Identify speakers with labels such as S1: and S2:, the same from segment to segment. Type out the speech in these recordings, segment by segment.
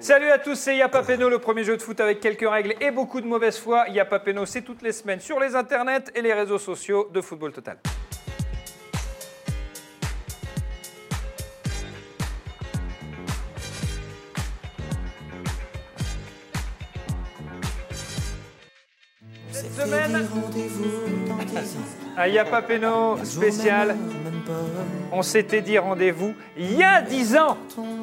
S1: Salut à tous, c'est Yapa Peno, le premier jeu de foot avec quelques règles et beaucoup de mauvaise foi. Yapa Peno, c'est toutes les semaines sur les internets et les réseaux sociaux de Football Total. Cette semaine, à Yapa Peno spécial, on s'était dit rendez-vous il y a 10 ans,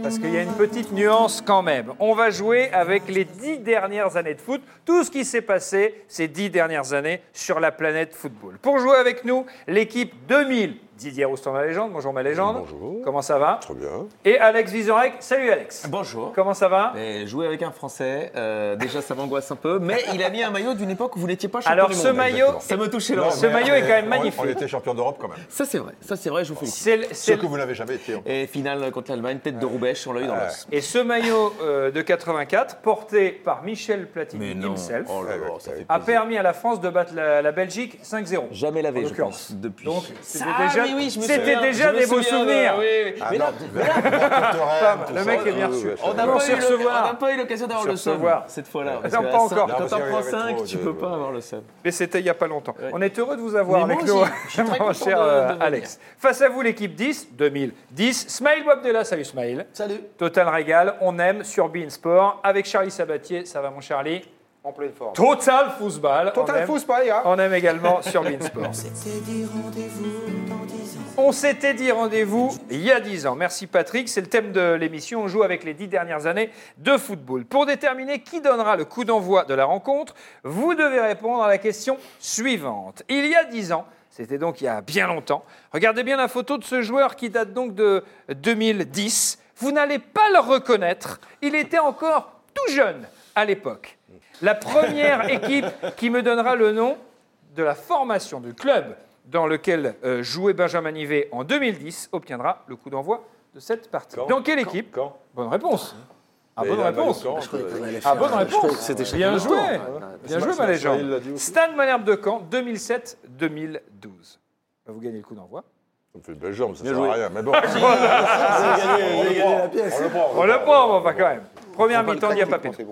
S1: parce qu'il y a une petite nuance quand même. On va jouer avec les 10 dernières années de foot, tout ce qui s'est passé ces 10 dernières années sur la planète football. Pour jouer avec nous, l'équipe 2000, Didier Roustan ma légende, bonjour ma légende.
S2: Bonjour.
S1: Comment ça va
S2: Très bien.
S1: Et Alex Vizorek, salut Alex.
S3: Bonjour.
S1: Comment ça va
S3: Mais jouer avec un Français, euh, déjà ça m'angoisse un peu, mais il a mis un maillot d'une époque où vous n'étiez pas champion
S1: Alors
S3: du
S1: ce
S3: monde.
S1: maillot,
S3: Ça me touchait
S2: Non,
S3: l'envie.
S1: ce
S2: mais
S1: maillot est quand même
S2: on-
S1: magnifique.
S2: On était champion d'Europe quand même.
S3: Ça c'est vrai, ça c'est vrai, je vous félicite.
S1: c'est le-
S2: Ce
S1: c'est le-
S2: que vous n'avez jamais été. en fait.
S3: Et finale contre l'Allemagne, tête de Roubaix, on l'a eu dans l'os.
S1: Et ce maillot euh, de 84, porté par Michel Platini himself,
S3: oh là là, ça fait
S1: a
S3: plaisir.
S1: permis à la France de battre la, la Belgique 5-0.
S3: Jamais
S1: En
S3: lavé, je
S1: l'occurrence.
S3: pense, depuis.
S1: Donc, c'était
S3: Ah,
S1: déjà,
S3: mais oui, je me
S1: c'était
S3: souviens,
S1: déjà
S3: je me
S1: des beaux
S3: souviens,
S1: souvenirs.
S3: oui, oui, oui.
S2: Ah
S3: Mais
S2: non,
S3: là,
S2: vers- vers Tottenham,
S1: Femme,
S2: tout
S1: le
S2: ça.
S1: mec est bien
S2: Oui,
S1: reçu.
S2: oui,
S3: on n'a
S1: On
S2: oui.
S3: pas,
S1: s'est
S3: eu le- on
S1: recevoir.
S3: n'a pas eu l'occasion d'avoir
S1: Se
S3: le seum
S1: recevoir.
S3: cette fois-là.
S1: Non, pas encore.
S3: Quand
S2: Non, parce
S3: t'en
S2: qu'il y
S3: prends
S2: avait
S3: 5,
S2: trop
S3: tu
S2: de-
S3: peux pas avoir le seum.
S1: Mais c'était il n'y a pas longtemps.
S3: Ouais.
S1: On est heureux de vous avoir
S3: Mais
S1: avec
S3: moi
S1: nous,
S3: aussi, je suis très
S1: mon
S3: content
S1: cher
S3: de- de
S1: euh,
S3: venir.
S1: Alex. Face à vous, l'équipe 10, 2010. Smail Bobdella, salut Smail.
S3: Salut.
S1: Total régal, on aime sur Bein Sport. Avec Charlie Sabatier, ça va mon Charlie
S4: En pleine forme.
S1: Total football. on
S4: Total
S1: aime.
S4: fou, c'est pareil, hein
S1: On aime également sur Beansport. On s'était dit rendez-vous il y a 10 ans. Merci Patrick. C'est le thème de l'émission. On joue avec les 10 dernières années de football. Pour déterminer qui donnera le coup d'envoi de la rencontre, vous devez répondre à la question suivante. Il y a 10 ans, c'était donc il y a bien longtemps, regardez bien la photo de ce joueur qui date donc de 2010. Vous n'allez pas le reconnaître. Il était encore tout jeune à l'époque. La première équipe qui me donnera le nom de la formation du club dans lequel euh, jouait Benjamin Nivet en 2010 obtiendra le coup d'envoi de cette partie.
S2: Quand
S1: dans quelle équipe
S2: Quand Hein
S1: Bonne réponse. Ah,
S2: Et
S1: bonne
S2: la
S1: réponse.
S2: Maillot, quand, euh,
S1: Ah, bonne réponse. Bien joué. Bien joué, ma
S2: Hein Il
S1: légende.
S2: l'a dit aussi.
S1: Stan Malherbe de Caen, 2007-2012. Bah, Vous gagnez le coup d'envoi.
S2: Ça me fait une belle jambe, ça sert
S3: joué.
S2: à rien. Mais bon. On le prend, on le prend.
S1: On Oh, le prend, mais enfin, quand même. Première mi-temps, il n'y a pas pété.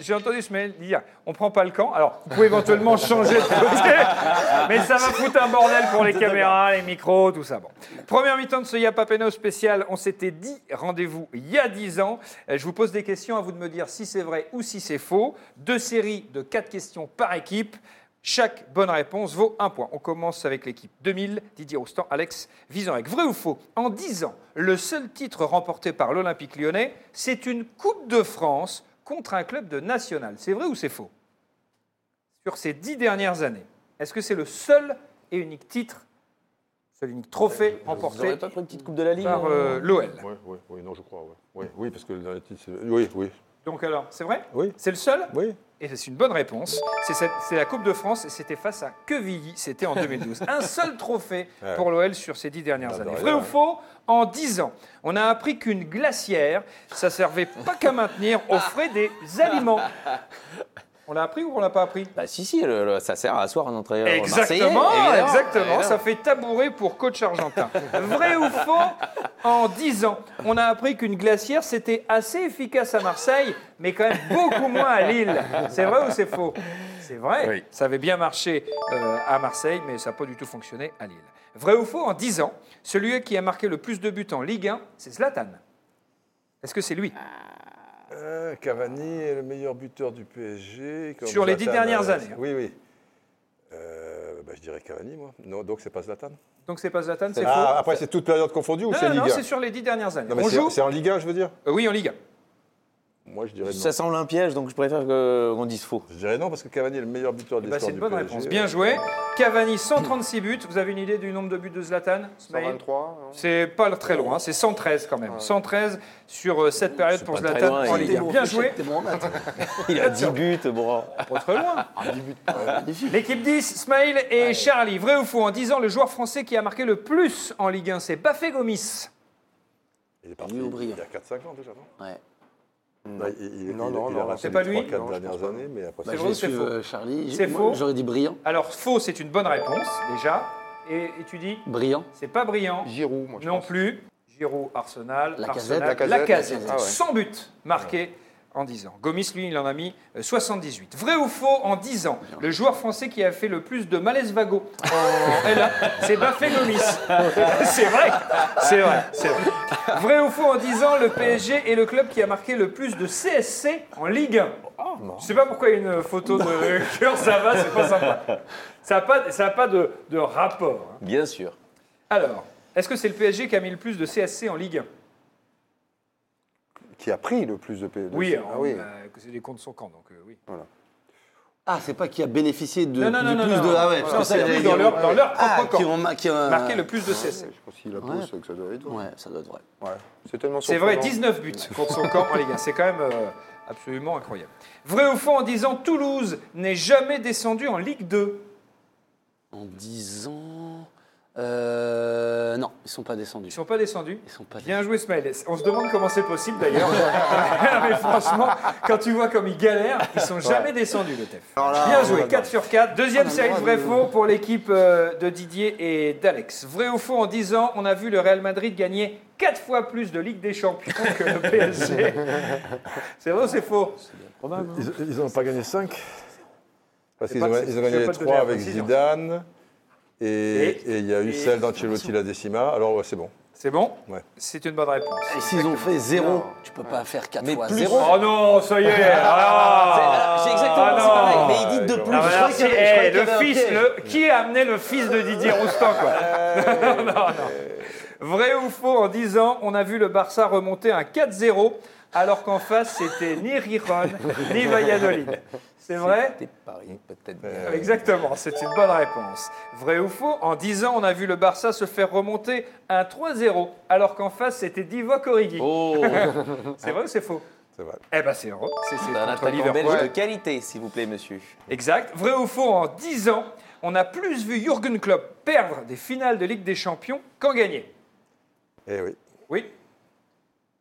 S1: J'ai entendu ce mail dire on prend pas le camp. Alors, vous pouvez éventuellement changer de côté, mais ça va foutre un bordel pour les caméras, les micros, tout ça. Bon. Première mi-temps de ce Yapapeno spécial, on s'était dit rendez-vous il y a 10 ans. Euh, Je vous pose des questions à vous de me dire si c'est vrai ou si c'est faux. Deux séries de quatre questions par équipe. Chaque bonne réponse vaut un point. On commence avec l'équipe 2000, Didier Roustan, Alex Vizorek. Vrai ou faux En 10 ans, le seul titre remporté par l'Olympique lyonnais, c'est une Coupe de France contre un club de national. C'est vrai ou c'est faux Sur ces 10 dernières années, est-ce que c'est le seul et unique titre, seul unique trophée
S3: Euh, Vous n'auriez
S1: remporté
S3: pas pris une petite coupe de la Ligue
S1: par
S3: hein
S1: euh, l'OL
S2: Oui, oui, oui, non, je crois. Oui, oui, oui parce que le titre, c'est- Oui, oui.
S1: Donc alors, c'est vrai
S2: Oui,
S1: C'est le seul
S2: oui.
S1: Et c'est une bonne réponse. C'est cette- C'est la Coupe de France et c'était face à Quevilly. C'était en 2012. Un seul trophée
S2: Ouais.
S1: pour l'OL sur ces dix dernières
S2: Bah,
S1: années.
S2: bah,
S1: Vrai
S2: ouais.
S1: ou
S3: hein.
S1: faux En dix ans, on a appris qu'une glacière, ça servait pas qu'à maintenir, offrait des aliments. On l'a appris ou on l'a pas appris
S3: Bah si, si, le- le- ça sert à asseoir un entraîneur marseillais.
S1: Exactement,
S3: évidemment,
S1: exactement.
S3: évidemment.
S1: Ça fait tabouret pour coach argentin. Vrai ou faux En 10 ans, on a appris qu'une glacière, c'était assez efficace à Marseille, mais quand même beaucoup moins à Lille. C'est vrai ou c'est faux C'est vrai.
S3: Oui.
S1: Ça avait bien marché euh, à Marseille, mais ça n'a pas du tout fonctionné à Lille. Vrai ou faux En 10 ans, celui qui a marqué le plus de buts en Ligue 1, c'est Zlatan. Est-ce que c'est lui
S2: Ah. Euh, Cavani est le meilleur buteur du PSG. quand
S1: Sur les dix
S2: Zlatan,
S1: dernières
S2: euh,
S1: années. hein.
S2: Oui, oui. Euh, bah, je dirais Cavani, moi. Non, donc c'est pas Zlatan.
S1: Donc c'est pas Zlatan, c'est
S2: Ah,
S1: faux.
S2: après, c'est toute période confondue ou
S1: Non,
S2: c'est
S1: non,
S2: Ligue
S1: non,
S2: 1
S1: c'est sur les 10 dernières années.
S2: Non, mais
S1: on
S2: c'est-
S1: joue
S2: c'est en Ligue 1, je veux dire
S1: Euh, Oui, en Ligue 1.
S2: Moi, je dirais non.
S3: Ça semble un piège, donc je préfère que- qu'on dise faux.
S2: Je dirais non, parce que Cavani est le meilleur buteur de
S1: Bah, c'est
S2: l'histoire
S1: une
S2: du
S1: bonne
S2: PSG.
S1: réponse. Bien joué. Cavani, 136 buts. Vous avez une idée du nombre de buts de Zlatan Smaïl
S4: 123. non
S1: C'est pas le- très loin, hein. c'est 113 quand même. 113 sur euh, cette période pour
S3: pas très
S1: Zlatan
S3: loin,
S1: en
S3: il
S1: Ligue 1. Bien joué.
S3: Il a 10 buts, bon.
S1: Pas très loin. L'équipe 10, Smaïl et Charlie. Vrai ou faux En 10 ans, le joueur français qui a marqué le plus en Ligue 1, c'est Bafé Gomis.
S2: Il est parti
S5: Lui ou
S2: il y
S5: Briand
S2: a 4-5 ans déjà, non
S5: Ouais.
S4: Bah,
S2: Non, il, il,
S4: Non,
S2: il-
S4: non,
S2: il
S4: non,
S2: a raté
S1: c'est
S2: les
S1: pas
S2: trois,
S1: lui.
S2: quatre
S4: Non, je
S2: dernières
S4: pense pas.
S2: années, mais après
S5: Bah,
S2: c'est
S5: je
S1: vrai ou
S5: vais
S1: c'est
S5: suivre
S1: faux
S5: euh, Charlie.
S1: C'est
S5: Moi,
S1: faux
S5: J'aurais dit brillant.
S1: Alors, faux, c'est une bonne réponse déjà. Et, et tu dis
S4: Brillant.
S1: C'est pas brillant.
S5: Giroud, moi, je
S1: non
S5: pense.
S1: plus. Giroud, Arsenal,
S4: La
S1: Arsenal,
S4: casette,
S5: la
S1: la
S5: casette,
S1: casette.
S5: la casette. Ah ouais.
S1: 100 buts marqués en 10 ans. Gomis, lui, il en a mis euh, 78. Vrai ou faux, en 10 ans, le joueur français qui a fait le plus de malaise vago
S5: Oh.
S1: en L1, c'est Bafé Gomis. c'est vrai, c'est vrai, c'est vrai. Vrai ou faux, en 10 ans, le PSG est le club qui a marqué le plus de CSC en Ligue 1.
S5: Ah,
S1: Je sais pas pourquoi il y a une photo de cœur, ça va, c'est pas sympa. Ça n'a pas, ça a pas de, de rapport. hein.
S3: Bien sûr.
S1: Alors, est-ce que c'est le PSG qui a mis le plus de CSC en Ligue 1
S5: Qui a pris le plus de P. de-
S1: Oui, bah, euh,
S5: ah, oui.
S1: que c'est des comptes son camp, donc euh, oui.
S4: Ah, c'est pas qui a bénéficié de,
S1: Non, non,
S4: du
S1: non, non,
S4: plus
S1: non.
S4: de. Ah ouais,
S1: Non,
S4: parce que
S1: c'est
S4: ça,
S1: les
S4: j'allais
S1: plus dans
S4: dire-
S1: leur, dans leur
S4: Ah,
S1: propre
S4: qui
S1: camp.
S4: ont, ma- qui ont, euh,
S1: Marqué le plus de CSC.
S5: Je pense qu'il a poussé, que ça doit être.
S4: Ouais, ça doit être vrai.
S5: Ouais. C'est tellement
S1: C'est vrai,
S5: surprenant.
S1: 19 buts contre son camp en Ligue 1. C'est quand même euh, absolument incroyable. Vrai ou faux en disant Toulouse n'est jamais descendu en Ligue 2
S4: En 10 ans. Euh, non, ils sont pas descendus.
S1: Ils sont pas descendus
S4: Ils sont pas
S1: Bien joué, Smaël. On se demande comment c'est possible d'ailleurs. Non, mais franchement, quand tu vois comme ils galèrent, ils sont jamais descendus, le TEF. Bien joué, 4 sur 4. Deuxième série de vrai-faux pour l'équipe euh, de Didier et d'Alex. Vrai ou faux, en 10 ans, on a vu le Real Madrid gagner 4 fois plus de Ligue des Champions que le PSG. c'est vrai ou c'est faux
S2: Ils n'ont pas gagné 5 Parce
S1: C'est
S2: qu'ils
S1: pas-
S2: ont,
S1: c'est-
S2: ils
S1: je
S2: ont
S1: vais
S2: gagné les
S1: pas te donner
S2: 3
S1: la
S2: avec
S1: précision.
S2: Zidane. Et
S1: Et-
S2: et il y a eu
S1: et-
S2: celle d'Ancelotti la décima. Alors ouais, c'est bon.
S1: C'est bon
S2: Ouais.
S1: C'est une bonne réponse.
S4: descendus. Et s'ils ont fait 0, tu peux pas faire 4 fois 0.
S1: Oh non, ça y est ah
S3: C'est exactement
S1: Ah
S3: c'est pareil.
S1: non.
S3: Mais il dit de plus.
S1: Ah,
S4: Je
S1: voilà,
S4: croyais qu'il y
S1: c'est- eh,
S4: avait- je croyais qu'il y
S1: le
S4: avait un
S1: fils,
S4: piège. Euh,
S1: le- qui a amené le fils de Didier Roustan quoi Non, non, non. Vrai ou faux, en 10 ans, on a vu le Barça remonter un 4-0, alors qu'en face, c'était ni Riron, ni Valladolid. C'est vrai
S3: C'était Paris, peut-être.
S1: Ah,
S2: Euh,
S1: Exactement, c'est une bonne réponse. Vrai ou faux, en 10 ans, on a vu le Barça se faire remonter un 3-0, alors qu'en face, c'était Divock Origi.
S3: Oh,
S1: C'est vrai ou c'est faux
S2: C'est vrai.
S1: Eh ben c'est vrai, c'est c'est
S3: c'est un
S1: contre
S3: attaquant
S1: Liverpool.
S3: belge de qualité, s'il vous plaît, monsieur.
S1: Exact. Vrai ou faux, en 10 ans, on a plus vu Jürgen Klopp perdre des finales de Ligue des Champions qu'en gagner.
S2: Eh oui.
S1: Oui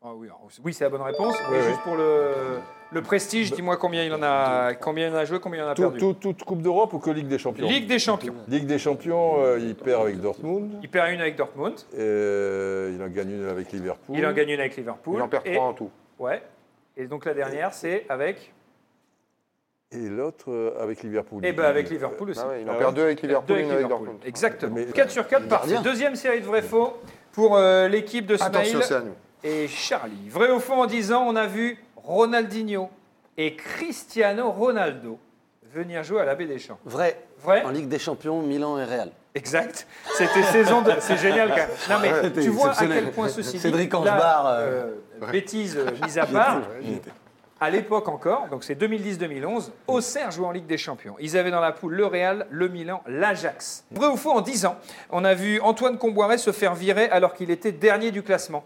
S1: Ah oui, alors, oui, c'est la bonne réponse. Mais
S2: Oui,
S1: juste
S2: oui.
S1: pour le, le
S5: Bah,
S1: prestige, dis-moi combien il en a combien il en a joué, combien il en a
S2: Tout-
S1: perdu.
S2: tout- toute Coupe d'Europe ou que Ligue des Champions
S1: Ligue des Champions.
S2: Ligue des Champions, euh, il perd avec Dortmund.
S1: Il perd une avec Dortmund,
S2: Euh, il en gagne une avec Liverpool.
S1: il en gagne une avec Liverpool.
S5: Il en perd
S1: et-
S5: 3 en tout.
S1: Ouais. Et donc la dernière, c'est avec
S2: Et l'autre euh, avec Liverpool.
S1: Eh ben avec Liverpool aussi.
S5: Ah ouais, il
S2: Ah
S5: en
S2: ouais.
S5: perd 2 avec
S1: Deux
S5: Liverpool et
S1: avec
S5: 1 avec
S1: Liverpool.
S5: Dortmund. euh,
S1: Exactement.
S2: Mais-
S1: 4 sur 4 parfait. Deuxième série de vrai-faux pour euh, l'équipe de Smail.
S5: Attention, c'est à nous.
S1: et Charlie. Vrai ou faux en 10 ans, on a vu Ronaldinho et Cristiano Ronaldo venir jouer à la Baie des Champs.
S4: Vrai.
S1: Vrai
S4: En Ligue des Champions, Milan et Real.
S1: Exact. C'était saison de... C'est génial quand même. Non mais
S4: C'était
S1: tu vois à
S4: exceptionnel.
S1: quel point ceci dit,
S4: Cédric
S1: là,
S4: Angebar, euh,
S1: euh, Bêtise euh, mise à part. À l'époque encore, donc c'est 2010-2011, Auxerre jouait en Ligue des Champions. Ils avaient dans la poule le Real, le Milan, l'Ajax. Vrai ou faux, en 10 ans, on a vu Antoine Comboiré se faire virer alors qu'il était dernier du classement.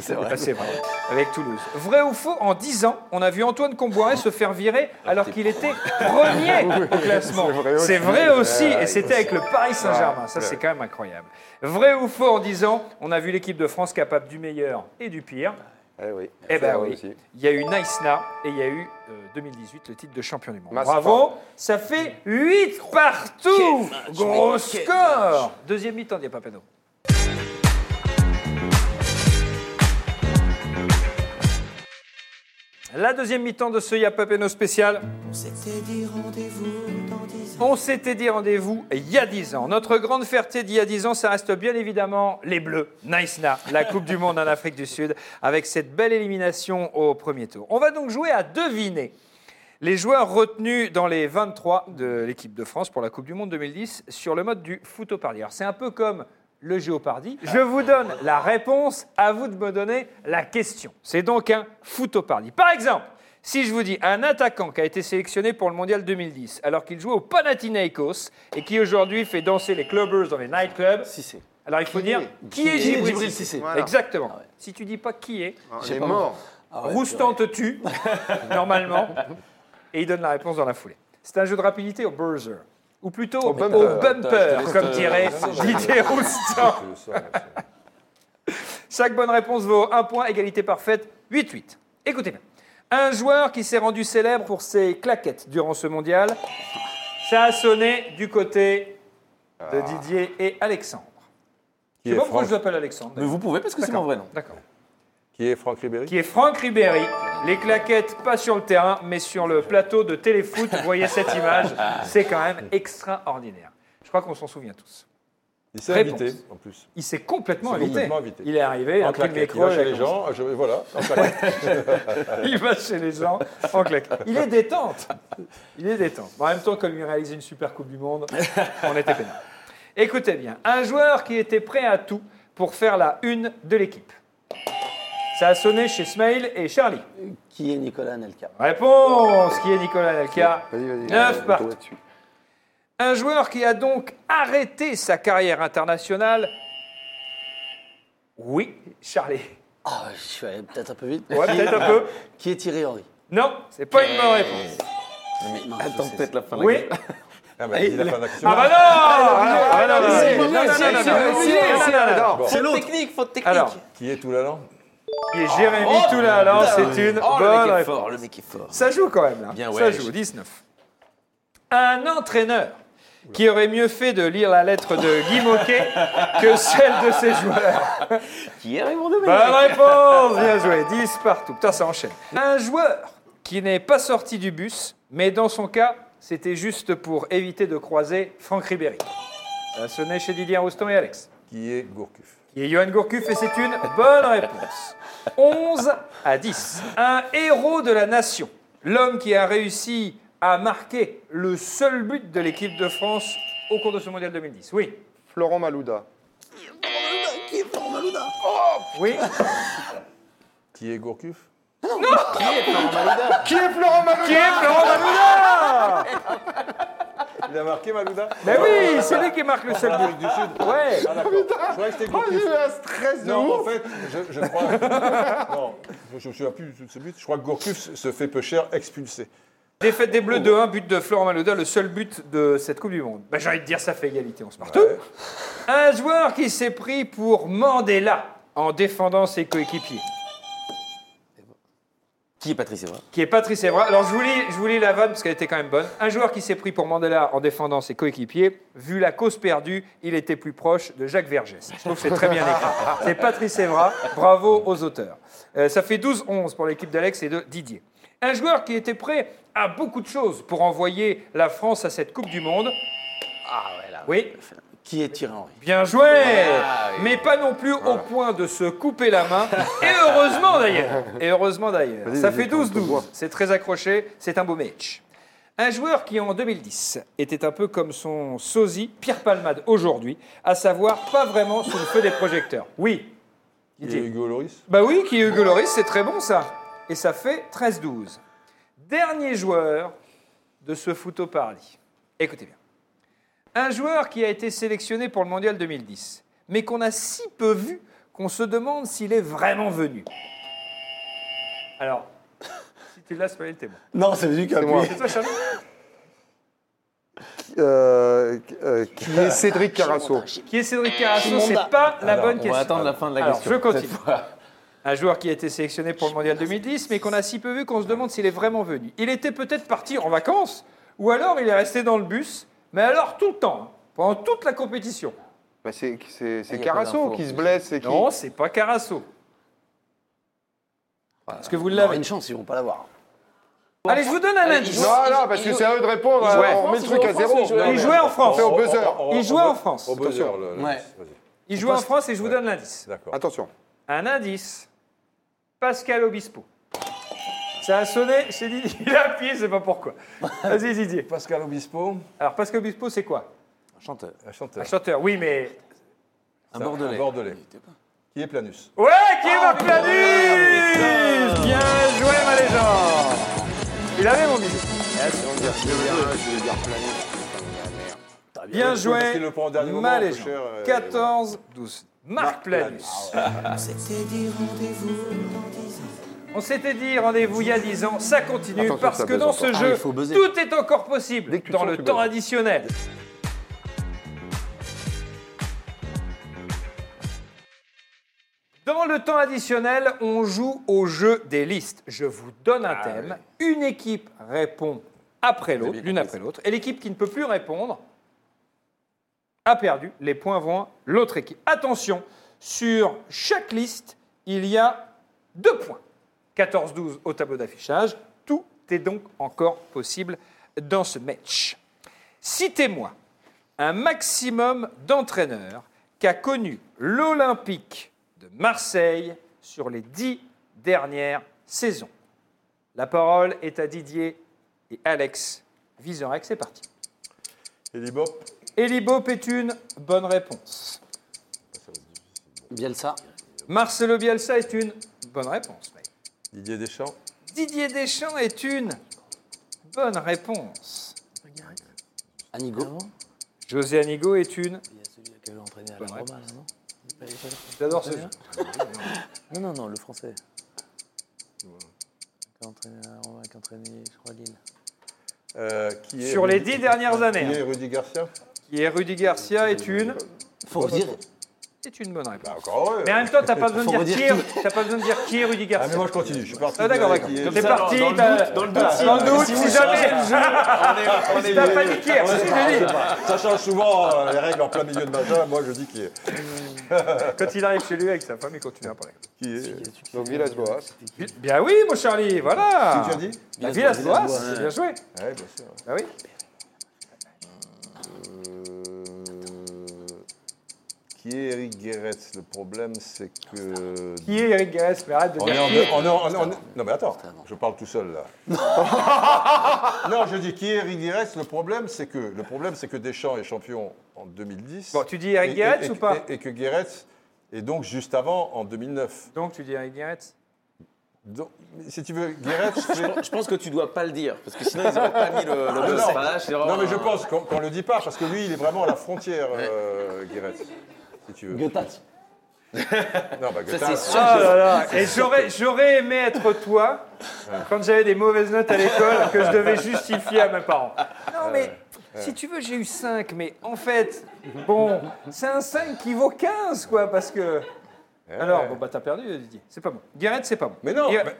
S4: C'est vrai.
S1: Ah, c'est vrai, avec Toulouse. Vrai ou faux, en 10 ans, on a vu Antoine Comboiré se faire virer alors qu'il était premier au classement. C'est vrai aussi, et c'était avec le Paris Saint-Germain. Ça, c'est quand même incroyable. Vrai ou faux, en 10 ans, on a vu l'équipe de France capable du meilleur et du pire.
S5: Eh oui.
S1: Eh ben
S5: Ça
S1: oui,
S5: aussi.
S1: il y a eu Naïsna et il y a eu euh, 2018 le titre de champion du monde.
S5: Masse
S1: Bravo, ça fait 8 partout Gros score Deuxième mi-temps, Dia Papano. La deuxième mi-temps de ce Yapapeno spécial. On s'était dit rendez-vous il y a 10 ans. Notre grande fierté d'il y a 10 ans, ça reste bien évidemment les Bleus. Naïsna, la Coupe du Monde en Afrique du Sud, avec cette belle élimination au premier tour. On va donc jouer à deviner les joueurs retenus dans les 23 de l'équipe de France pour la Coupe du Monde 2010 sur le mode du foot au pardi. Alors, C'est un peu comme le géopardi. Je vous donne la réponse, à vous de me donner la question. C'est donc un foot au pardi. Par exemple, si je vous dis un attaquant qui a été sélectionné pour le Mondial 2010 alors qu'il jouait au Panathinaikos et qui aujourd'hui fait danser les clubbers dans les nightclubs,
S4: Si c'est.
S1: alors il faut dire qui est
S4: Qui est
S1: Djibril
S4: Djibril
S1: Cissé
S4: Cissé
S5: Voilà.
S1: Exactement.
S4: Ah ouais.
S1: Si tu dis pas qui est,
S5: Ah,
S4: Je
S5: Il
S4: sais
S5: est
S4: pas.
S5: mort.
S4: Ah ouais,
S1: Roustan te tue, normalement, et il donne la réponse dans la foulée. C'est un jeu de rapidité au buzzer. Ou plutôt au bumper,
S5: bumper.
S1: comme dirait Didier Roustan.
S2: Je Euh, le sens, je le sens.
S1: Chaque bonne réponse vaut un point, égalité parfaite, 8-8. Écoutez bien. Un joueur qui s'est rendu célèbre pour ses claquettes durant ce mondial, ça a sonné du côté de Didier et Alexandre. je
S2: Qui
S1: sais
S2: est
S1: pas pourquoi
S2: Franck-
S1: je l'appelle Alexandre.
S3: Mais vous pouvez parce que c'est mon vrai nom.
S1: D'accord.
S2: Qui est Franck Ribéry
S1: Qui est Franck Ribéry. Les claquettes, pas sur le terrain, mais sur le plateau de téléfoot. Vous voyez cette image, c'est quand même extraordinaire. Je crois qu'on s'en souvient tous.
S2: Il s'est
S1: Réponse.
S2: invité, en plus.
S1: Il s'est complètement,
S2: Il s'est
S1: invité.
S2: complètement invité.
S1: Il est arrivé, il a
S2: En
S1: pris le
S2: claquette. Il
S1: micro,
S2: va
S1: il a
S2: chez les
S1: commencé.
S2: gens, euh, je- voilà. en claquette.
S1: Il va chez les gens en claque. Il est détente. Il est détente. Bon, en même temps, comme il réalisait une super Coupe du Monde, on était peinard. Écoutez bien, un joueur qui était prêt à tout pour faire la une de l'équipe. Ça a sonné chez Smail et Charlie.
S4: Qui est Nicolas Nelka
S1: Réponse qui est Nicolas Nelka.
S5: Vas-y, vas-y.
S1: Neuf
S5: Euh, on
S1: partout.
S5: tombe là-dessus.
S1: Un joueur qui a donc arrêté sa carrière internationale. Oui, Charlie.
S4: Ah, je suis allé peut-être un peu vite.
S1: Ouais,
S4: Qui-
S1: peut-être un peu.
S4: Qui est Thierry Henry
S1: Non, c'est pas une bonne réponse.
S4: Mince, je
S3: Attends
S4: sais,
S3: peut-être la fin de la
S1: Oui.
S2: Ah, bah, il a fait un action.
S1: Ah bah non Ah non, non, non,
S4: c'est
S1: non,
S4: obligé,
S1: non,
S4: c'est
S1: non,
S4: obligé,
S1: non,
S4: c'est
S1: non,
S4: obligé,
S1: non, non, non.
S4: c'est- Faute technique, faute technique.
S1: Alors,
S2: Qui est Toulalan
S1: qui est Jérémy Toulalan, c'est une
S3: Oh, le
S1: bonne
S3: mec est
S1: réponse.
S3: fort, le mec est fort.
S1: Ça joue quand même, là.
S3: Bien,
S1: Ça
S3: ouais.
S1: joue, 19. Un entraîneur qui aurait mieux fait de lire la lettre de Guy Moquet que celle de ses joueurs.
S3: Qui est Raymond Domenech
S1: Bonne réponse Bien joué, 10 partout. Putain, ça enchaîne. Un joueur qui n'est pas sorti du bus, mais dans son cas, c'était juste pour éviter de croiser Franck Ribéry. Ça sonnait chez Didier Rouston et Alex.
S2: Qui est Gourcuff
S1: Et Johan Gourcuff, et c'est une bonne réponse. 11 à 10. Un héros de la nation. L'homme qui a réussi à marquer le seul but de l'équipe de France au cours de ce mondial 2010. Oui.
S5: Florent Malouda.
S1: Oui.
S2: Qui est Gourcuff
S5: Qui est Florent Malouda
S1: Qui est Florent Malouda
S2: Il a marqué Malouda
S1: Mais oui, c'est lui qui marque le seul but.
S2: Du Sud
S1: Ouais.
S2: Ah d'accord. Je croyais que c'était
S5: Oh, j'ai
S2: Gourcuff.
S5: eu un stress de
S2: Non, en
S5: ouf
S2: fait, je, je crois. non, je- je ne me souviens plus de ce but. Je crois que Gourcuff se- se fait peu cher expulsé.
S1: Défaite des Bleus de 1, but de Florent Malouda, le seul but de cette Coupe du Monde. Bah, J'ai envie de dire, ça fait égalité, on se marre tous.
S2: Ouais.
S1: Un joueur qui s'est pris pour Mandela en défendant ses coéquipiers.
S3: Qui est Patrice Evra
S1: qui est Patrice Evra. Alors, je vous lis, je vous lis la vanne parce qu'elle était quand même bonne. Un joueur qui s'est pris pour Mandela en défendant ses coéquipiers, vu la cause perdue, il était plus proche de Jacques Vergès. Je trouve que c'est très bien écrit. C'est Patrice Evra. Bravo aux auteurs. Euh, ça fait 12-11 pour l'équipe d'Alex et de Didier. Un joueur qui était prêt à beaucoup de choses pour envoyer la France à cette Coupe du Monde.
S4: Ah ouais, là.
S1: Oui,
S4: Qui est Thierry Henry
S1: bien joué
S3: Ah, oui.
S1: Mais pas non plus au point de se couper la main. Et heureusement d'ailleurs. Et heureusement d'ailleurs.
S5: Vas-y,
S1: Ça
S5: vas-y,
S1: fait
S5: prends ton doigt.
S1: 12-12. C'est très accroché. C'est un beau match. Un joueur qui en 2010 était un peu comme son sosie Pierre Palmade aujourd'hui, à savoir pas vraiment sous le feu des projecteurs. Oui.
S2: Qui est
S1: Didier.
S2: Hugo Loris
S1: Bah oui, qui est Hugo Loris, c'est très bon ça. Et ça fait 13-12. Dernier joueur de ce foot au paradis. Écoutez bien. Un joueur qui a été sélectionné pour le Mondial 2010, mais qu'on a si peu vu qu'on se demande s'il est vraiment venu. Alors, si tu l'as, Spalil, t'es bon.
S4: Non, c'est lui qui a
S5: C'est moi.
S1: C'est toi, Charlie
S5: Euh, euh, Qui est Cédric Carasso
S1: Qui est Cédric Carasso
S4: Chimonda.
S1: C'est pas la bonne
S3: on
S1: question.
S3: va attendre la fin de la
S1: Alors,
S3: question.
S1: je continue.
S3: cette fois.
S1: Un joueur qui a été sélectionné pour le Mondial 2010, mais qu'on a si peu vu qu'on se demande s'il est vraiment venu. Il était peut-être parti en vacances, ou alors il est resté dans le bus, mais alors tout le temps, hein, pendant toute la compétition.
S5: Bah, C'est c'est- c'est
S3: Il y a pas
S5: Carasso
S3: d'info.
S5: qui se blesse et qui.
S1: Non, c'est pas Carasso. Est-ce que vous
S4: Il aura
S1: l'avez
S4: Ah, une chance, ils vont pas l'avoir.
S1: Allez, je vous donne un
S5: Non,
S1: indice.
S5: non, parce que c'est à eux de répondre.
S1: jouait
S5: hein,
S1: en
S5: On met le truc à zéro. Non,
S1: Il jouait en France.
S5: fait au buzzer.
S2: Oh,
S1: Il jouait en France.
S2: Au buzzer,
S5: Attention.
S2: le- le-
S3: Ouais.
S2: vas-y.
S1: Il joue en France et je vous donne l'indice.
S2: D'accord.
S5: Attention.
S1: Un indice. Pascal Obispo. Ça a sonné chez Didier. Il a appuyé, je sais pas pourquoi. Vas-y, Didier.
S2: Pascal Obispo,
S1: Alors, Pascal Obispo, c'est quoi
S3: Un chanteur.
S2: un chanteur.
S1: Un chanteur, oui, mais
S3: Un bordelais.
S2: Bordelais. Qui est Planus
S1: Ouais, qui est Marc Lanus Bien joué, ma légende Il avait mon bisou. Bah, Bien
S2: Parce qu'il
S1: joué,
S2: le prend au dernier moment,
S1: ma
S2: un peu
S1: légende.
S2: cher, euh,
S1: 14, 12. Marc Ah Planus. On s'était dit rendez-vous il y a 10 ans, ça continue
S5: Attention,
S1: parce
S5: ça
S1: que
S5: buzz
S1: dans
S5: encore.
S1: ce
S4: Ah,
S1: jeu,
S4: il faut buzzer.
S1: tout est encore
S5: Dès
S1: possible
S5: que tu
S1: dans
S5: sens,
S1: le
S5: tu
S1: temps
S5: buzzes.
S1: additionnel. Dans le temps additionnel, on joue au jeu des listes. Je vous donne un thème, une équipe répond après l'autre, l'une après l'autre, et l'équipe qui ne peut plus répondre a perdu. Les points vont à l'autre équipe. Attention, sur chaque liste, il y a deux points. 14-12 au tableau d'affichage. Tout est donc encore possible dans ce match. Citez-moi un maximum d'entraîneurs qu'a connu l'Olympique de Marseille sur les dix dernières saisons. La parole est à Didier et Alex Vizorek. C'est parti.
S2: Et les bop,
S1: Elibo Pétune, bonne réponse.
S4: Bielsa.
S1: Marcelo Bielsa est une bonne réponse. mec.
S2: Didier Deschamps,
S1: Didier Deschamps est une bonne réponse.
S4: Anigo.
S1: José Anigo est une.
S6: Il y a celui qui avait entraîné à
S1: Bonne
S6: la
S1: réponse.
S6: Roma, là, non Il fallait pas le-
S1: J'adore ce jeu.
S6: Non, non, non, le français. Qui a entraîné à la Roma, qui a entraîné, je crois, Lille.
S2: euh, qui est
S1: Sur les dix dernières années.
S2: Qui est Rudy Garcia
S1: Qui est Rudy Garcia est une.
S4: Faut redire.
S1: Est une bonne réponse.
S2: Bah, Encore heureux.
S1: Mais en même temps, t'as pas besoin
S4: Faut
S1: de dire
S4: redire
S1: qui est- t'as pas besoin de dire qui est Rudy
S2: Ah, mais
S1: Garcia.
S2: moi je continue, je suis parti.
S1: Ah d'accord,
S2: de-
S1: d'accord.
S2: qui est-
S1: T'es parti,
S3: dans le
S1: t'as-
S3: doute, dans le doute.
S1: Sans doute, si jamais.
S3: On est-
S1: T'as paniqué, c'est ce que j'ai dit.
S2: Ça change souvent euh, les règles en plein milieu de matin. Moi je dis qui est.
S1: Quand il arrive chez lui avec sa femme, il continue à parler.
S2: Qui est
S5: Donc Villas-Boas.
S1: Bien oui, mon Charlie, voilà.
S2: Qui tu as dit
S1: La Villas-Boas, c'est bien joué.
S2: Ouais, bien sûr.
S1: Ah oui.
S2: Euh, Qui est Eric Guéret Le problème, c'est que.
S1: Qui est Eric Guérès Mais arrête de
S2: On
S1: dire
S2: est en
S1: qui est.
S2: deux- on est en- on est en- Non, mais attends, je parle tout seul là. non, je dis qui est Eric Guéret Le problème, c'est que le problème, c'est que Deschamps est champion en 2010.
S1: Bon, tu dis Eric
S2: Et- et-
S1: Guéret
S2: et-
S1: ou pas
S2: et, et que Guéret est donc juste avant en 2009.
S1: Donc tu dis Eric Guéretz
S2: Donc, si tu veux, Guéret fait-
S3: Je pense que tu dois pas le dire, parce que sinon ils n'auraient pas mis le, le
S2: non.
S3: boss. Enfin, là, c'est vraiment
S2: Non, mais je
S3: un-
S2: pense qu'on qu'on le dit pas, parce que lui, il est vraiment à la frontière, euh, Guéret, si tu veux.
S3: Gotas.
S2: Non, bah,
S3: Ça,
S2: Goethe,
S3: c'est sûr.
S1: Ah là là Et j'aurais, j'aurais aimé être toi quand j'avais des mauvaises notes à l'école que je devais justifier à mes parents. Non mais, si tu veux, j'ai eu 5, mais en fait, bon, c'est un 5 qui vaut 15, quoi, parce que...
S2: hein. ouais.
S1: Alors, bon bah t'as perdu, Didier. C'est pas bon. Guéretz, c'est pas bon.
S2: Mais non
S1: Guéret-
S2: mais-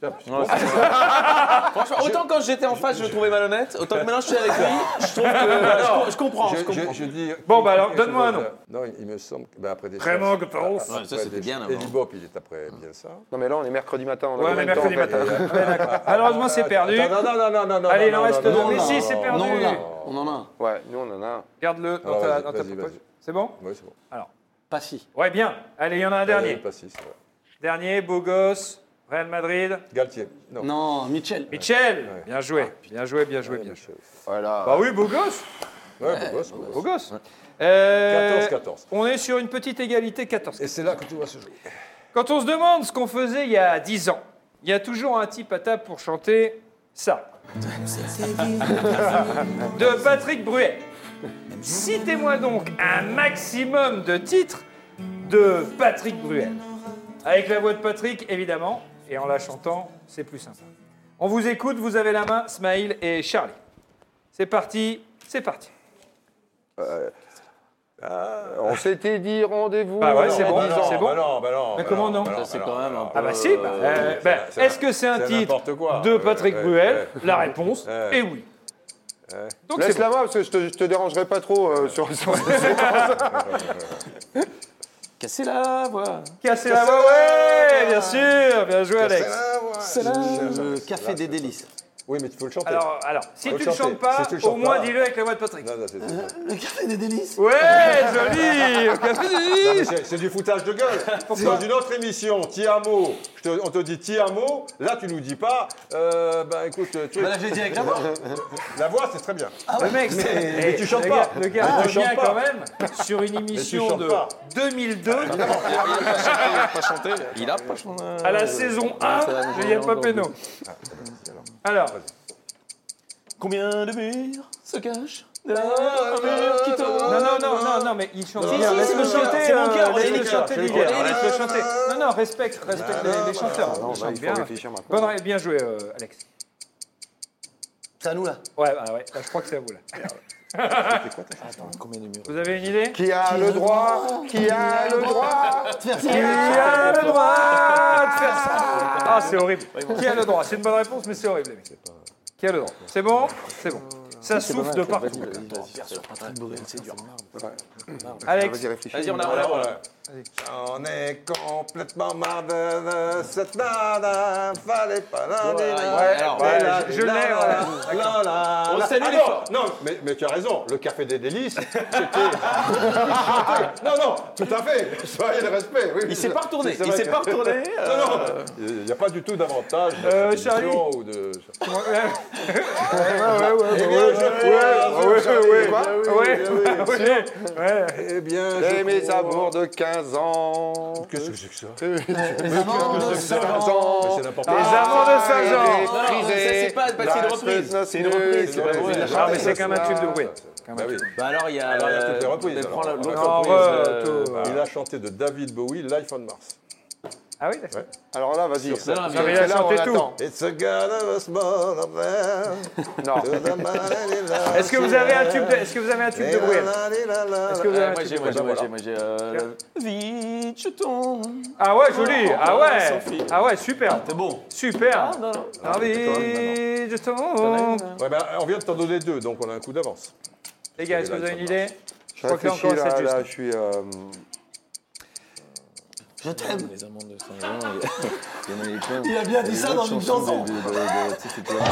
S3: Franchement, autant quand j'étais en face, je le trouvais malhonnête, autant que maintenant je suis avec lui, je trouve que. voilà, je, com- je comprends, je,
S2: je,
S3: comprends.
S2: je- je dis.
S1: Bon, bah alors,
S2: quelque
S1: donne-moi un
S2: chose,
S1: nom.
S2: euh, Non, il, il me semble. que- Bah, après des
S1: Vraiment, Goethe.
S3: Ouais, ça, c'était bien avant.
S2: Et Libop, il est après bien ça.
S5: Non, mais là, on est mercredi matin. On a
S1: Ouais,
S5: combien
S1: mais
S5: de temps,
S1: mercredi
S5: en fait
S1: matin. Ouais, d'accord. Malheureusement, c'est perdu.
S2: Attends, non, non, non, non, non.
S1: Allez, il
S2: non,
S1: en
S2: non,
S1: reste
S2: non,
S1: deux.
S2: non,
S1: Mais
S2: non,
S1: si,
S2: non,
S1: c'est
S2: non.
S1: perdu.
S4: Non, on l'a. On en a un.
S5: Ouais, nous, on en a un.
S1: Garde-le dans
S2: Alors,
S1: ta,
S2: vas-y,
S1: dans ta
S2: vas-y,
S1: poche.
S2: vas-y.
S1: C'est bon
S2: Oui, c'est bon.
S4: Pas si.
S1: Ouais, bien. Allez, il y en a un dernier.
S2: Pas six, ouais.
S1: Dernier, beau gosse, Real Madrid.
S2: Galtier. Non.
S4: Non, Mitchell.
S1: Michel Bien joué, bien joué, bien joué, bien joué.
S5: Voilà.
S1: Bah oui, beau gosse
S2: Ouais, bon gosse, bon gosse.
S1: Beau gosse Euh,
S2: 14-14.
S1: On est sur une petite égalité 14.
S2: Et c'est là que tu vois ce jeu.
S1: Quand on se demande ce qu'on faisait il y a 10 ans, il y a toujours un type à table pour chanter ça. de Patrick Bruel. Citez-moi donc un maximum de titres de Patrick Bruel. Avec la voix de Patrick, évidemment, et en la chantant, c'est plus sympa. On vous écoute, vous avez la main, Smaïl et Charlie. C'est parti, c'est parti.
S5: On s'était dit rendez-vous.
S1: Bah ouais, c'est
S5: dans
S1: bon,
S5: dix ans.
S1: c'est bon.
S2: Bah non, bah non.
S1: Mais
S2: bah
S1: comment non
S2: bah
S1: Ça,
S2: bah
S4: c'est quand même un
S2: bah
S1: Ah bah si, bah, euh,
S2: c'est
S1: bah,
S2: la- c'est la-
S1: est-ce que c'est un
S2: c'est
S1: titre
S2: n'importe quoi. Euh,
S1: de
S2: Ouais,
S1: Patrick
S2: ouais,
S1: Bruel
S2: ouais.
S1: La réponse
S2: Ouais.
S1: est oui.
S2: euh,
S1: Donc
S5: Laisse
S1: c'est
S5: la
S1: bon.
S5: main parce que je te, je te dérangerai pas trop euh, sur sur-
S4: Cassez la voix.
S1: Casser la voix, ouais, bien sûr, bien joué
S2: C'est
S1: Alex.
S2: là, ouais.
S4: C'est là, le
S2: C'est là,
S4: café des délices.
S2: Oui, mais tu peux le chanter.
S1: Alors, alors, si
S2: Faut
S1: tu
S2: le
S1: ne
S2: chanter.
S1: chantes pas,
S2: Si tu le
S1: au
S2: chantes
S1: moins
S2: pas.
S1: dis-le avec la voix de Patrick.
S2: Non, non, c'est- c'est-
S1: euh,
S4: Le café des délices.
S1: Ouais, joli au café
S2: Non,
S1: du
S2: mais c'est- C'est du foutage de gueule. Dans une autre émission, Tiamo, je te- on te dit Tiamo, là tu nous dis pas, euh, bah écoute, tu
S4: Voilà, je l'ai dit avec la voix.
S2: la voix c'est très bien.
S1: Le mec, c'est-
S2: mais
S1: Eh,
S2: tu chantes
S1: le gars-
S2: pas.
S1: Le gars
S2: Mais tu
S1: revient
S2: chantes pas.
S1: quand même sur une émission
S2: chantes
S1: de
S2: pas. Ah,
S1: 2002
S3: Il a pas chanté.
S1: à la saison 1
S4: ça va nous
S1: de
S4: donner
S1: Yann
S4: encore
S1: Papeno.
S2: Ah,
S1: Alors,
S3: Combien de murs se cachent derrière un mur qui
S1: non,
S3: tourne
S1: non, non, non, non, mais il chante bien.
S3: si,
S1: Laisse-le
S3: c'est mon
S1: chanter.
S3: cœur, c'est mon
S1: euh,
S3: cœur, on est
S1: Laisse-le
S3: les
S1: chanter,
S3: cœurs,
S1: Didier.
S3: on est les
S1: Laisse-le chanter. Non, non, respecte, respecte les- les chanteurs.
S5: Non,
S1: Ils
S5: bah,
S1: chantent
S5: il
S1: bien.
S5: faut réfléchir maintenant.
S1: Bonne ré- bien joué, euh, Alex.
S6: C'est à nous, là.
S1: Ouais, bah ouais, bah, je crois que c'est à vous là.
S6: Attends, combien de murs
S1: Vous avez une idée
S5: Qui a le droit Qui a le droit
S1: Qui a le droit de faire ça Ah, c'est horrible. Qui a le droit C'est une bonne réponse, mais c'est horrible, les mecs. Qui a le droit C'est bon C'est bon. ça souffle de partout.
S6: C'est dur.
S1: Alex,
S5: Vas-y, réfléchis.
S3: Vas-y, on a
S2: Voilà,
S3: on a-
S2: voilà. J'en ai complètement marre de cette nana, fallait pas la
S3: Ouais, alors,
S1: ouais, je- je l'ai, voilà.
S3: On salue
S2: ah,
S3: l'effort.
S2: non, non, mais, mais tu as raison, le café des délices, c'était. non, non, tout à fait, soyez le respect. Oui,
S3: Il s'est pas retourné.
S2: C'est vrai
S3: Il s'est
S2: que-
S3: pas retourné.
S2: Non, non, il n'y a pas du tout d'avantage de
S1: Euh,
S2: cette
S1: Charlie.
S2: émission ou de.
S5: Ah Ouais,
S2: Eh bien, je-
S5: ouais,
S2: Charlie,
S5: ouais.
S2: quoi
S1: ouais, ouais, ouais, ouais.
S2: Eh bien,
S5: J'ai
S2: je
S5: mes
S2: crois-
S5: amours de 15 ans.
S2: Qu'est-ce que c'est que ça
S1: Euh,
S5: de
S2: Mais
S5: 15
S2: c'est
S5: ans.
S2: n'importe
S1: Les
S2: quoi.
S1: amants de Saint-Jean.
S3: Non, non, ça, c'est pas parce que c'est une reprise.
S5: Bah, C'est une reprise.
S2: Ah, c'est pas vrai.
S1: Non, Ah, mais c'est quand même un tube de bruit.
S2: Bah oui.
S3: Bah alors, il y a.
S2: Alors, il y a toutes les
S3: euh,
S2: reprises,
S3: mais
S2: alors.
S3: prends la- l'autre
S1: Non,
S3: reprise,
S1: ouais,
S3: euh,
S1: tout.
S2: Euh, Il a chanté de David Bowie, Life on Mars.
S1: Ah oui, d'accord.
S5: Alors là, vas-y.
S3: Non, non, mais-
S1: Non, mais il
S5: C'est
S1: a
S5: là, on
S1: chanté
S5: attend.
S1: tout.
S2: It's a god of a small affair.
S5: Non.
S2: To the mighty love.
S1: Est-ce que vous avez un tube de, est-ce que vous avez un tube de bruit Alex Est-ce que vous avez un
S3: Ouais, moi,
S1: tube
S3: j'ai,
S1: de
S3: moi,
S1: bruit
S3: j'ai, moi,
S2: voilà.
S3: j'ai, moi, j'ai. euh, Vite, je tombe.
S1: Ah ouais, joli. Ah
S3: Sophie.
S1: ouais. Ah ouais, super.
S3: C'est bon.
S1: Super.
S3: Non, non.
S1: Ah oui, justement.
S2: Ouais, ben, on vient de t'en donner deux, donc on a un coup d'avance.
S1: Les gars, est-ce que vous avez une idée
S5: Je
S1: crois que là,
S5: réfléchis
S1: encore,
S5: là,
S1: c'est
S5: là,
S1: juste.
S5: je suis. euh,
S6: Je t'aime. Les amandes de Saint-Jean. Il y en a eu plein.
S3: Il a bien dit ça dans une chanson.
S6: De- de- de- tu sais, c'est plein.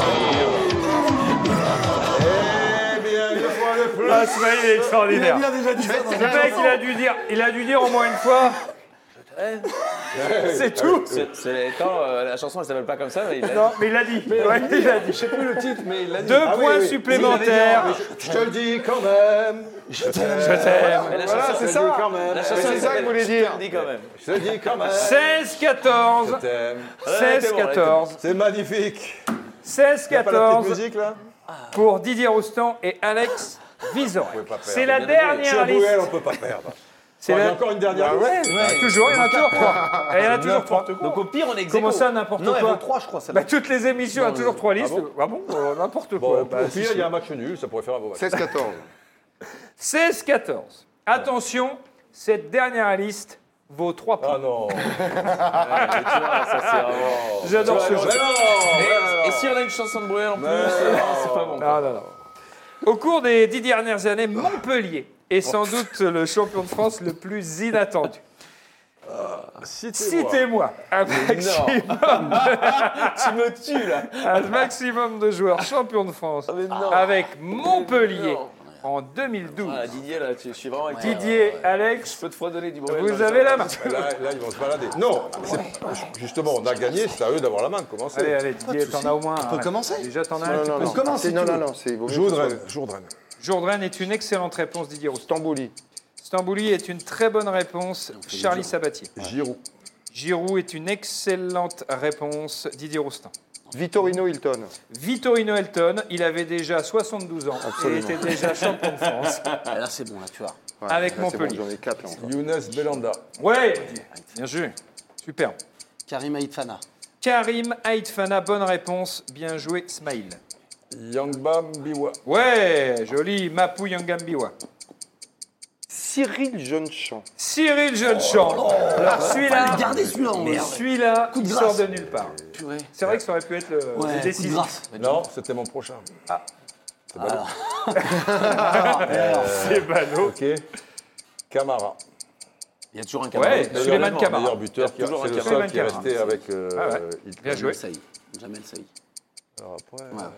S2: Eh bien, une fois le plus.
S1: Ah, ce mail est extraordinaire.
S3: déjà dit ça dans
S1: Le mec, il a dû dire, il a dû dire au moins une fois. C'est tout.
S3: C'est étant, euh, la chanson elle s'appelle pas comme ça, mais il a
S1: Non, mais il l'a dit. Ouais, il l'a dit.
S6: Je sais plus le titre, mais il l'a dit.
S1: Deux
S2: Ah oui,
S1: points
S2: oui, oui.
S1: supplémentaires.
S2: Oui, mais Je te le dis quand même. Je
S1: Je t'aime.
S3: Mais la
S5: Voilà,
S3: chanson,
S5: c'est
S2: te
S5: ça.
S2: le dis quand même.
S3: la chanson,
S5: c'est
S3: elle
S5: ça que
S3: s'appelle
S5: je voulais
S3: Je te le
S5: dire.
S3: dis quand même.
S2: Je te le dis quand même. Je
S1: 16-14.
S2: t'aime.
S1: 16-14.
S2: C'est magnifique. T'as pas la
S1: 16-14.
S2: petite musique là
S1: pour Didier Roustan et Alex Vizorek.
S2: pas perdre.
S1: C'est la
S2: Je suis à
S1: dernière liste.
S2: Bruel, on peut pas perdre.
S1: C'est
S2: Il y
S1: la-
S2: a encore Ah une dernière liste.
S1: Ouais, Toujours, il y en a toujours trois. Et Il y en a toujours trois.
S3: Donc au pire, on est
S1: Comment
S3: exéco.
S1: ça, n'importe
S6: Non, elle vaut
S1: quoi
S6: 3, je crois, celle-là.
S1: bah, Toutes les émissions, il y a toujours trois listes.
S2: bon
S1: Ah bon Euh, N'importe
S2: Bon,
S1: quoi. Bah,
S2: au
S1: si,
S2: pire,
S1: si.
S2: il y a un match nul, ça pourrait faire un beau match.
S5: 16-14.
S1: 16-14. Attention, cette dernière liste vaut trois points.
S2: Ah non
S3: Ça, c'est vraiment-
S1: J'adore
S2: Mais
S1: ce
S2: non
S1: jeu.
S3: Et si on a une chanson de Bruel en plus, euh, c'est pas bon.
S1: Ah, non, non. Au cours des dix dernières années, Montpellier est sans doute le champion de France le plus inattendu. Citez-moi
S2: Citez-moi.
S1: un maximum
S3: Tu me tues là.
S1: un maximum de joueurs champions de France
S3: Ah,
S1: avec Montpellier
S3: Non.
S1: en 2012.
S3: Ah, Didier là, tu- je suis vraiment. Je
S1: Didier, Alex,
S3: peux te fredonner du Bruel.
S1: vous avez la main.
S2: Là, là, ils vont se balader. Non, c'est- justement, on a gagné, c'est à eux d'avoir la main de commencer.
S1: Allez, allez, Didier, t'en as au moins. On peut
S6: commencer
S1: Déjà, t'en as un.
S5: Non,
S1: petit
S5: non,
S1: peu.
S5: non.
S6: Comment,
S5: C'est-
S6: si
S5: Non,
S6: tu
S5: non,
S6: veux
S5: non. C'est vaut mieux qu'on
S2: Jourdain,
S5: soit-
S2: Jourdain.
S1: Jourdain est une excellente réponse, Didier Roustan.
S5: Stambouli.
S1: Stambouli est une très bonne réponse, Charlie Sabatier.
S2: Giroud.
S1: Giroud est une excellente réponse, Didier Roustan.
S5: Vittorino Hilton.
S1: Vittorino Elton, il avait déjà 72 ans et était déjà champion de France.
S4: Ah, Là, c'est bon, là, tu vois.
S5: Ouais,
S1: Avec
S5: là, c'est
S1: Montpellier.
S5: bon, J'en ai 4 là encore.
S2: Younes Belanda.
S1: Ouais, Didier. bien joué. Super.
S4: Karim Aitfana.
S1: Karim Aitfana, bonne réponse. Bien joué, Smile.
S2: Yangbam Biwa.
S1: Ouais, joli, Mapu Yangambiwa.
S5: Cyril Jeunechamp.
S1: Cyril Jeunechamp.
S4: Oh,
S1: Alors celui-là,
S4: Regardez celui-là, on merde.
S1: celui-là,
S4: de
S1: il
S4: grâce.
S1: sort de nulle part.
S4: Purée.
S1: C'est vrai que ça aurait pu être le, le
S4: Ouais, coup de
S1: décisif.
S4: grâce.
S2: Non, c'était mon prochain.
S1: C'est ballot.
S2: Ok. Camara.
S4: Il y a toujours un
S1: Ouais,
S4: camarade.
S1: Suleiman
S2: Meilleur-
S1: Camara.
S2: Meilleur buteur. qui a-
S3: toujours
S2: C'est
S3: un
S2: le
S1: Camara.
S2: seul qui est resté avec. euh,
S1: Ah ouais.
S2: Hilton.
S1: Bien joué.
S4: Jamel Saï. Jamel Saï.
S2: Alors après,
S4: Ouais.
S2: euh,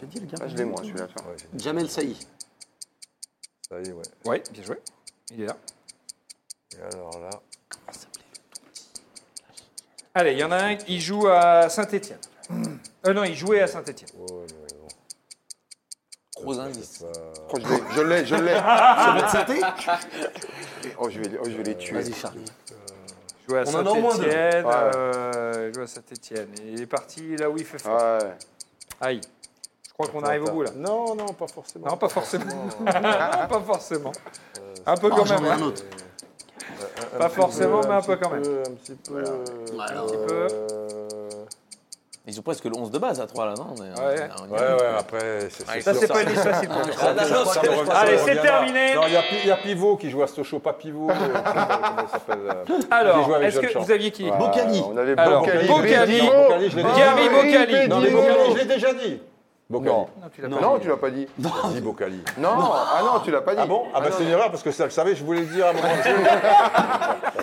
S4: J'ai dit le gars.
S5: Ah, je l'ai moi, celui-là.
S2: ouais, j'ai-
S4: Jamel Saï.
S2: ça y est, ouais.
S1: Ouais, bien joué. Il est là.
S2: Et alors là.
S1: Allez, il y en a un qui joue à Saint-Étienne. Euh, non, il jouait à Saint-Étienne.
S3: Gros indice.
S5: Oh, je l'ai, je l'ai, je l'ai. Ça va oh, je vais, les- oh, je vais les tuer.
S4: Vas-y, Charlie.
S1: Il jouait à
S3: On en a au moins deux.
S1: Saint-Étienne.
S5: Ouais.
S1: euh, il jouait à Saint-Étienne. Il est parti là où il fait froid.
S5: Ouais.
S1: Aïe. Je crois qu'on arrive au bout là.
S2: Non, non, pas forcément.
S1: Non, pas forcément. Non, pas forcément. Un peu
S4: Oh,
S1: quand
S4: j'en ai
S1: même. hein.
S4: un autre.
S2: Euh,
S1: Pas forcément, mais un peu quand même.
S2: Un petit peu.
S4: Voilà.
S2: Un petit peu. euh,
S3: Ils ont presque le 11 de base à 3 là, non On est-
S1: Ouais.
S3: on est- on est-
S2: Ouais, ouais, après, c'est
S3: Ouais,
S2: c'est
S1: Ça,
S2: sûr,
S1: c'est pas une liste facile pour toi.
S3: Ah, non, non,
S2: ça
S3: c'est-
S2: me revient- ça
S1: Allez,
S2: me
S1: c'est
S2: reviendra.
S1: terminé.
S2: Non, il y a Pi- il y, a Pivot qui joue à Sochaux, pas Pivot. euh, comment il s'appelle euh, qui joue
S1: Alors,
S2: avec
S1: est-ce que
S2: Jean-Charles.
S1: vous aviez qui
S5: Ah, On avait
S1: Alors,
S5: Bocali.
S1: Bocali.
S2: Non, Bocali, je l'ai
S1: Gary
S2: déjà dit.
S1: Bocali.
S2: Non, mais Bocali, je l'ai déjà dit. Bocali.
S5: Non.
S1: Non, tu l'as pas
S5: Non, tu l'as pas dit.
S2: Dis Bocali.
S5: Non, ah non, tu l'as pas dit. Eh,
S2: Ah bon Ah bah
S5: non,
S2: c'est une erreur parce que ça le savait, je voulais le dire à un moment.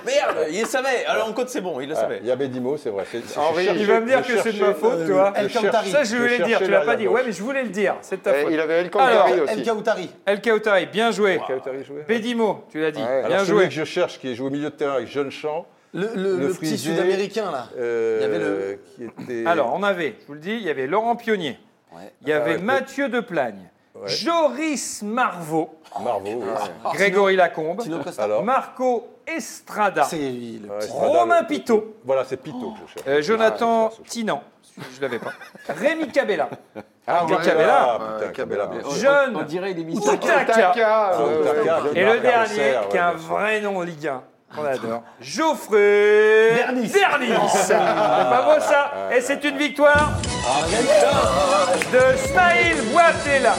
S3: Merde, il le savait. Alors en code, c'est bon, il le
S2: Ah,
S3: savait.
S2: Il y avait Dimo, c'est vrai. C'est- c'est-
S5: Henri,
S2: je
S1: Il va me dire
S2: je
S1: que c'est de
S2: cherchais-
S1: ma faute, tu vois.
S2: je
S7: El
S2: cherchais-
S7: Kantari.
S1: Ça, je voulais le dire,
S2: cherchais
S1: tu l'as pas
S2: l'arrière
S1: dit.
S2: gauche.
S1: Ouais, mais je voulais le dire, c'est de ta
S5: Eh,
S1: faute.
S5: il avait El
S1: Alors,
S5: Kankari
S7: El
S5: aussi.
S7: Kaoutari.
S1: El Kaoutari, bien joué.
S2: Kantari jouait.
S1: Bédimo, tu l'as dit,
S5: Ouais.
S1: bien
S2: Alors celui
S1: joué.
S2: que je cherche, qui joue au milieu de terrain avec Jeune Champ,
S7: Le, le-
S2: Le
S7: le petit
S2: frisé.
S7: sud-américain, là.
S2: euh,
S7: Il y avait le-
S2: qui était...
S1: Alors, on avait, je vous le dis, il y avait Laurent Pionnier,
S4: Ouais.
S1: il y avait
S2: ouais,
S1: Mathieu Deplagne,
S2: Ouais. Ah,
S1: Joris Marvaux,
S2: Marvaux, oui.
S7: Ah,
S1: Grégory Lacombe,
S7: Tino Costa.
S2: Alors,
S1: Marco Estrada,
S7: C'est lui, le
S2: ouais,
S7: petit.
S2: c'est Radar,
S1: Romain
S2: le-
S1: Pitot.
S2: Voilà, c'est Pito que je cherche.
S1: euh, Jonathan
S2: Ah, c'est ça,
S1: Tinan, celui-là, je l'avais pas, Rémi Cabella,
S5: Ah,
S1: Jean
S5: ouais,
S1: Cabella.
S5: ouais,
S2: Ah, putain, Cabella, bien sûr.
S1: Jeune
S6: On dirait des missions.
S1: Outaka,
S5: Taka, ouais,
S2: Taka,
S5: ouais,
S2: Taka,
S5: ouais.
S1: et le
S2: Marc
S1: dernier,
S2: Arroser,
S1: qui a
S2: ouais,
S1: un
S2: bien sûr.
S1: vrai nom en Ligue 1, on adore, Geoffrey Bernis. C'est
S2: Ah.
S1: pas beau ça Et c'est une victoire de Smaïl Boitela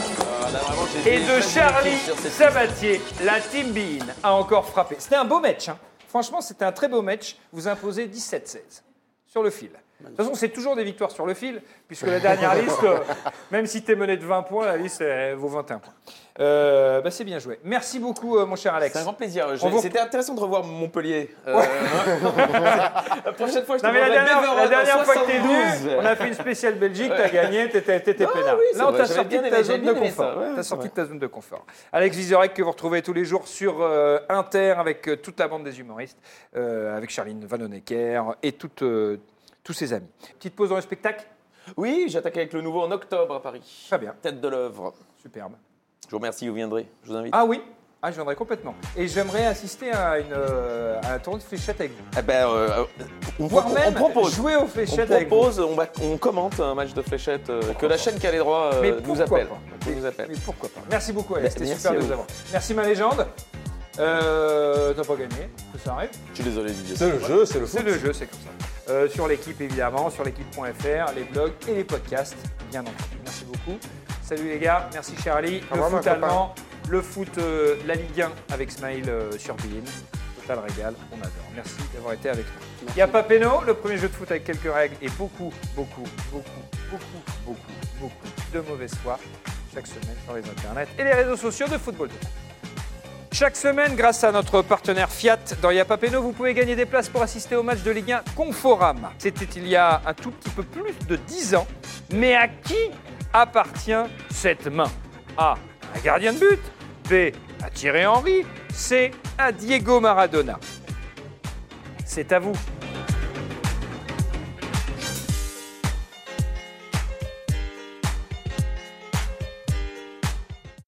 S1: et de Charlie Sabatier. La Team Bean a encore frappé. C'était un beau match. hein. Franchement, c'était un très beau match. Vous imposez 17-16 sur le fil. De toute façon, c'est toujours des victoires sur le fil, puisque la dernière liste, euh, même si tu es mené de 20 points, la liste elle vaut 21 points. Euh, bah, c'est bien joué. Merci beaucoup, euh, mon cher Alex.
S3: C'est un grand plaisir. Je-
S1: On vous-
S3: C'était intéressant de revoir Montpellier. Euh, la prochaine fois, je te
S1: Non, mais la
S3: demanderai
S1: dernière,
S3: neuf
S1: la
S3: euros
S1: dernière
S3: dans
S1: fois que t'es venu,
S3: 72.
S1: on a fait une spéciale Belgique, t'as gagné, t'étais t'étais
S3: Ah
S1: peinard.
S3: oui, c'est
S1: Là, on
S3: vrai,
S1: t'a
S3: j'avais
S1: sorti
S3: bien
S1: de ta
S3: aimé,
S1: zone de
S3: j'avais bien aimé
S1: confort.
S3: ça, ouais,
S1: T'as
S3: c'est
S1: sorti de ta zone de confort. Alex Vizorek, que vous retrouvez tous les jours sur euh, Inter avec euh, toute la bande des humoristes, euh, avec Charline Vanonecker et toute, euh, tous ses amis. Petite pause dans le spectacle
S3: Oui, j'attaque avec le nouveau en octobre à Paris.
S1: Très bien,
S3: Tête de l'œuvre.
S1: superbe.
S3: Je vous remercie, vous viendrez. Je vous invite.
S1: Ah oui ah, je viendrai complètement. Et j'aimerais assister à, une, euh, à un tournoi de fléchettes avec vous.
S3: Eh ben, euh, on,
S1: Voire
S3: on- on
S1: même
S3: propose.
S1: jouer aux
S3: On
S1: fléchettes avec vous.
S3: propose, on, va- on commente un match de fléchettes euh, que la chaîne qui a les droits euh,
S1: Mais
S3: nous
S1: pourquoi
S3: appelle.
S1: pas
S3: Nous appelle.
S1: Mais pourquoi pas Merci beaucoup, Alex.
S3: Ben,
S1: C'était
S3: merci
S1: super
S3: à
S1: de vous
S3: vous.
S1: avoir. Merci, ma légende. Euh, T'as pas gagné, ça arrive.
S3: Je suis désolé, Didier.
S2: C'est le jeu, c'est le foot.
S1: C'est le jeu, c'est comme ça. Euh, sur l'équipe, évidemment, sur l'équipe.fr, les blogs et les podcasts, bien entendu. Merci beaucoup. Salut les gars, merci Charlie.
S5: Au
S1: le
S5: revoir,
S1: foot
S5: ma copain.
S1: allemand, le foot, euh, la Ligue 1 avec Smile euh, sur Bein. Total régal, on adore. Merci d'avoir été avec nous. Il y a Papeno, le premier jeu de foot avec quelques règles et beaucoup, beaucoup, beaucoup, beaucoup, beaucoup, beaucoup de mauvaise foi chaque semaine sur les internets et les réseaux sociaux de Football Total. Chaque semaine, grâce à notre partenaire Fiat dans Yapapeno, vous pouvez gagner des places pour assister au match de Ligue 1 Conforama. C'était il y a un tout petit peu plus de 10 ans. Mais à qui appartient cette main A. Un gardien de but. B. À Thierry Henry. C. À Diego Maradona. C'est à vous.